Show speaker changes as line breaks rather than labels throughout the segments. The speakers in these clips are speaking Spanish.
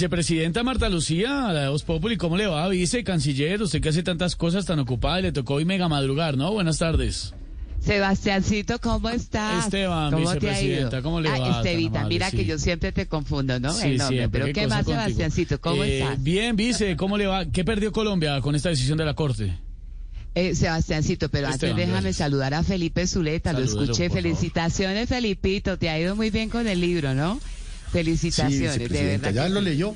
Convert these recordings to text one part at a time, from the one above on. Vicepresidenta Marta Lucía, la de Voz Populi, ¿cómo le va? Vicecanciller, usted que hace tantas cosas tan ocupada y le tocó hoy mega madrugar, ¿no? Buenas tardes.
Sebastiancito, ¿cómo estás?
Esteban,
¿Cómo
vicepresidenta, ¿cómo le va?
Ah, Estevita,
Tan amable,
mira
sí.
que yo siempre te confundo, ¿no?
Sí,
El nombre.
siempre,
Pero ¿qué
cosa
más,
contigo.
Sebastiancito? ¿Cómo
Eh,
estás?
Bien, vice, ¿cómo le va? ¿Qué perdió Colombia con esta decisión de la Corte?
Eh, Sebastiancito, pero antes
Esteban,
déjame
gracias.
saludar a Felipe Zuleta,
Salúdelo,
lo escuché.
por favor.
Felicitaciones, Felipito, te ha ido muy bien con el libro, ¿no?
Sí,
Felicitaciones, de
vicepresidenta,
verdad.
ya
que
lo
sí.
leyó.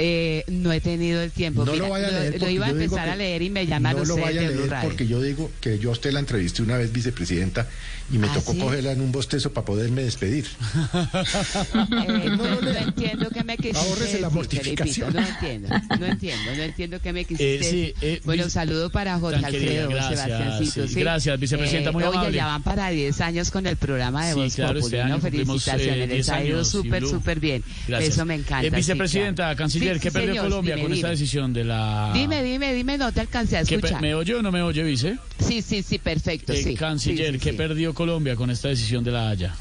Eh, no he tenido el tiempo.
No lo
Mira,
vaya a leer.
lo
porque
iba a
yo digo
empezar
que-
a leer y me llamaron
No lo
ustedes
vaya a
de
leer
Blue Radio.
porque yo digo que yo a usted la entrevisté una vez, vicepresidenta, y me
¿Ah,
tocó
sí?
cogerla en un bostezo para poderme despedir.
Eh,
No lo
no
lea.
entiendo qué me quisiste
Ahórrese la
decir,
mortificación.
Felipito, No entiendo, no entiendo, no entiendo qué me quisiste
Eh, sí,
decir.
eh, vice-
bueno, un saludo para Jorge
Tan querida,
Alfredo,
gracias,
Sebastiancito.
sí.
Sí,
Gracias, vicepresidenta, muy
oye,
amable.
ya van para 10 años con el programa de
Sí,
Voz
claro, este
Populi, ¿no?
año cumplimos, eh,
Felicitaciones,
10
les ha ido
años y
súper,
Blue.
súper bien.
Gracias.
Eso me encanta.
Eh,
sí,
vicepresidenta,
claro.
canciller,
Sí,
¿qué
sí,
perdió
señor,
Colombia
dime,
con esta
dime.
decisión de la...
Dime, dime, dime, no te alcancé a
¿Qué pe-
escuchar.
¿Me oye o no me oye, vice?
Sí, sí, sí, perfecto,
Eh,
sí.
canciller,
Sí, sí,
¿qué
sí.
perdió Colombia con esta decisión de la Haya?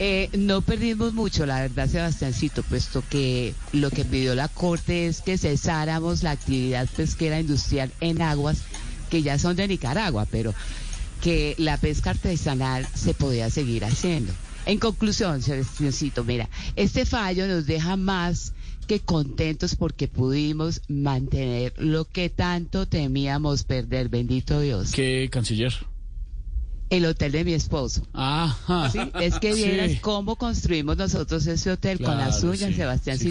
Eh, no perdimos mucho, la verdad, Sebastiancito, puesto que lo que pidió la Corte es que cesáramos la actividad pesquera industrial en aguas que ya son de Nicaragua, pero que la pesca artesanal se podía seguir haciendo. En conclusión, Sebastiancito, mira, este fallo nos deja más que contentos porque pudimos mantener lo que tanto temíamos perder, bendito Dios,
¿Qué canciller?
el hotel de mi esposo.
Ajá.
Sí, es que
Sí.
vieras cómo construimos nosotros ese hotel con las
Claro,
uñas,
sí,
Sebastiancito.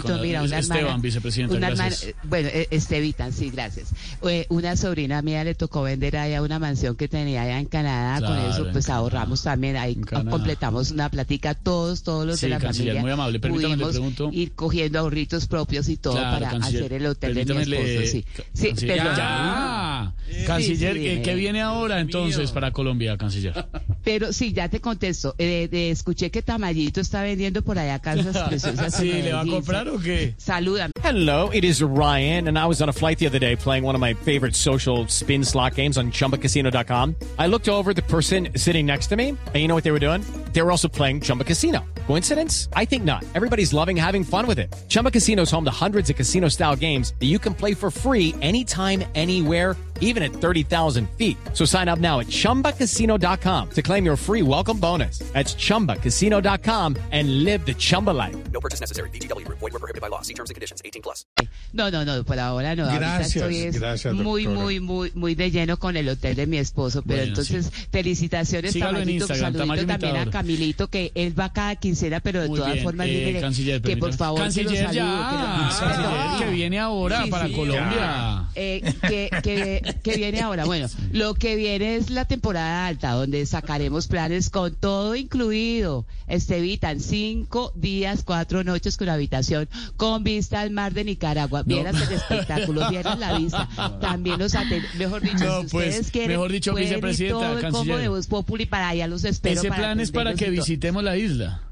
sí, con la-
mira, una
Esteban,
hermana.
vicepresidenta,
una hermana-
gracias.
bueno, eh, Estevitan, sí, gracias. Eh, una sobrina mía le tocó vender allá una mansión que tenía allá en Canadá.
Claro,
con eso,
en
pues
Canadá.
ahorramos también. Ahí ah,
En Canadá.
completamos una platica todos, todos los
Sí,
de la
canciller,
familia.
muy amable. Permítame, le
Pudimos
pregunto.
ir cogiendo ahorritos propios y todo
Claro,
para
canciller.
hacer el hotel de mi
Permítame,
esposo.
le-
Sí,
ca-
sí,
canciller.
perdón.
Ya. Canciller,
Sí, sí,
¿qué-
eh.
¿qué viene ahora entonces para Colombia, canciller?
Pero sí, ya te contesto. Eh, de- escuché que Tamayito está vendiendo por allá casas preciosas. en
sí, ¿le va a
Medellín.
comprar o qué?
Salúdame.
Hello, it is Ryan, and I was on a flight the other day playing one of my favorite social spin slot games on chumbacasino.com. I looked over at the person sitting next to me, and you know what they were doing? They were also playing Chumba Casino. Coincidence? I think not. Everybody's loving having fun with it. Chumba Casino is home to hundreds of casino style games that you can play for free anytime, anywhere even at 30,000 feet. So sign up now at ChumbaCasino.com to claim your free welcome bonus. That's ChumbaCasino.com and live the Chumba life.
No purchase necessary. VGW Group. Void were prohibited by law. See terms and conditions. 18 plus.
No, no, no, por ahora no. Ahorita
Gracias,
estoy es
gracias,
muy,
doctora.
muy, muy, muy de lleno con el hotel de mi esposo. Pero
Bueno,
entonces, felicitaciones,
Sígalo en
Tamayito.
Instagram,
Saludito
Tamayo
también
Imitador.
a Camilito, que él va cada quincena, pero de
Muy
todas
bien,
formas,
eh,
dígale
canciller,
que por
permítame.
favor, que
Canciller,
lo
ya.
salude, que lo-
Canciller, que viene ahora para Colombia.
Eh, que, que- que viene ahora. Bueno, lo que viene es la temporada alta, donde sacaremos planes con todo incluido. Estevitan, cinco días, cuatro noches con habitación, con vista al mar de Nicaragua. Vieras el espectáculo, vieras la vista. También los aten- mejor dicho,
No,
si
pues,
ustedes quieren,
mejor dicho,
pueden ir
vicepresidenta,
todo el combo
canciller.
de Voz Populi para allá los espero.
Ese plan es para que
atenderlos y todo.
visitemos la isla.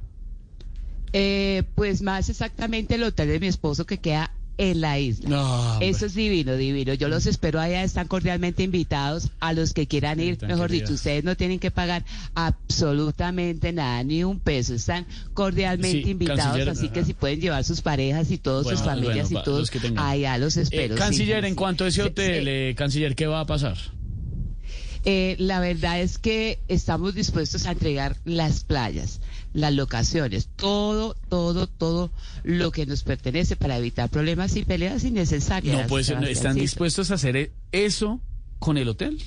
Eh, pues más exactamente el hotel de mi esposo que queda en la isla.
No, hombre.
Eso es divino, divino. Yo los espero allá, están cordialmente invitados a los que quieran ir.
tan
Mejor
querida.
dicho, ustedes no tienen que pagar absolutamente nada, ni un peso. Están cordialmente
Sí,
invitados,
canciller,
así que
ajá.
si pueden llevar sus parejas y todas
Bueno,
sus familias
bueno, va,
y todos,
los que tengan.
allá los
Eh,
espero. sí,
canciller,
sí,
en
sí.
cuanto a ese
Sí,
hotel,
sí.
eh, canciller, ¿qué va a pasar?
Eh, la verdad es que estamos dispuestos a entregar las playas, las locaciones, todo, todo, todo lo que nos pertenece para evitar problemas y peleas innecesarias.
No, pues, ¿están
Sebastiancito.
dispuestos a hacer e- eso con el hotel?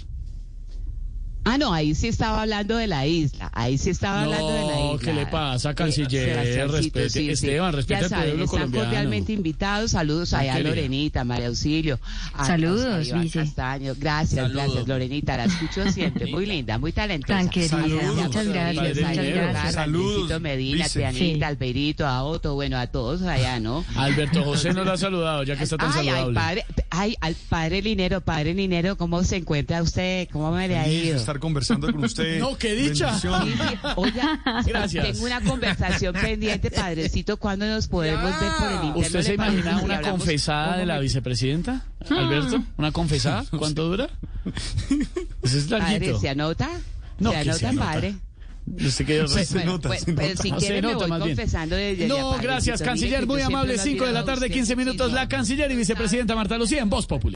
Ah, no, ahí sí estaba hablando de la isla, ahí sí estaba hablando de la
No,
isla.
¿qué le pasa,
Eh,
canciller?
Sebastiancito,
Respete,
sí, sí.
Esteban, respete
Ya
al
saben,
pueblo
están
colombiano.
cordialmente invitados, saludos allá a
querida.
Lorenita, María Auxilio. a-
Saludos,
a Iván
vice.
Castaño. Gracias, gracias, Lorenita, la escucho siempre, muy linda, muy talentosa.
Tan querida, muchas gracias,
Padre
muchas
Linero.
gracias.
Saludos. Medina,
Sí.
Tianita, Alberito, a Otto, bueno, a todos allá, ¿no?
Alberto José no lo ha saludado, ya que está Ah, tan
ay, ay,
saludable.
padre, ay, al padre Linero, padre Linero, ¿cómo se encuentra usted? ¿Cómo me le ha
Feliz de
ido?
estar conversando con usted.
No, qué dicha.
Bendición.
Oiga,
Gracias.
tengo una conversación pendiente, padrecito, ¿cuándo nos podemos ver por el internet?
¿Usted se
¿Le parece
imagina
si
una
hablamos Ah.
confesada
un
de la
momento?
vicepresidenta, Alberto? ¿Una confesada? ¿Cuánto dura? Eso es
Padre,
larguito.
¿se anota?
No,
¿Se
que se
anota,
anota.
padre?
No sé qué-
Pues, bueno,
nota,
pues-
se
pero
nota.
si
Se
quiere me
nota,
voy
más bien.
confesando desde
No,
allá,
gracias,
padrecito.
canciller.
Mire
Muy
que siempre
amable.
lo ha
5 de la
tirado
tarde,
usted,
15 minutos.
sí,
La
no.
canciller y vicepresidenta Marta Lucía en Voz Popular.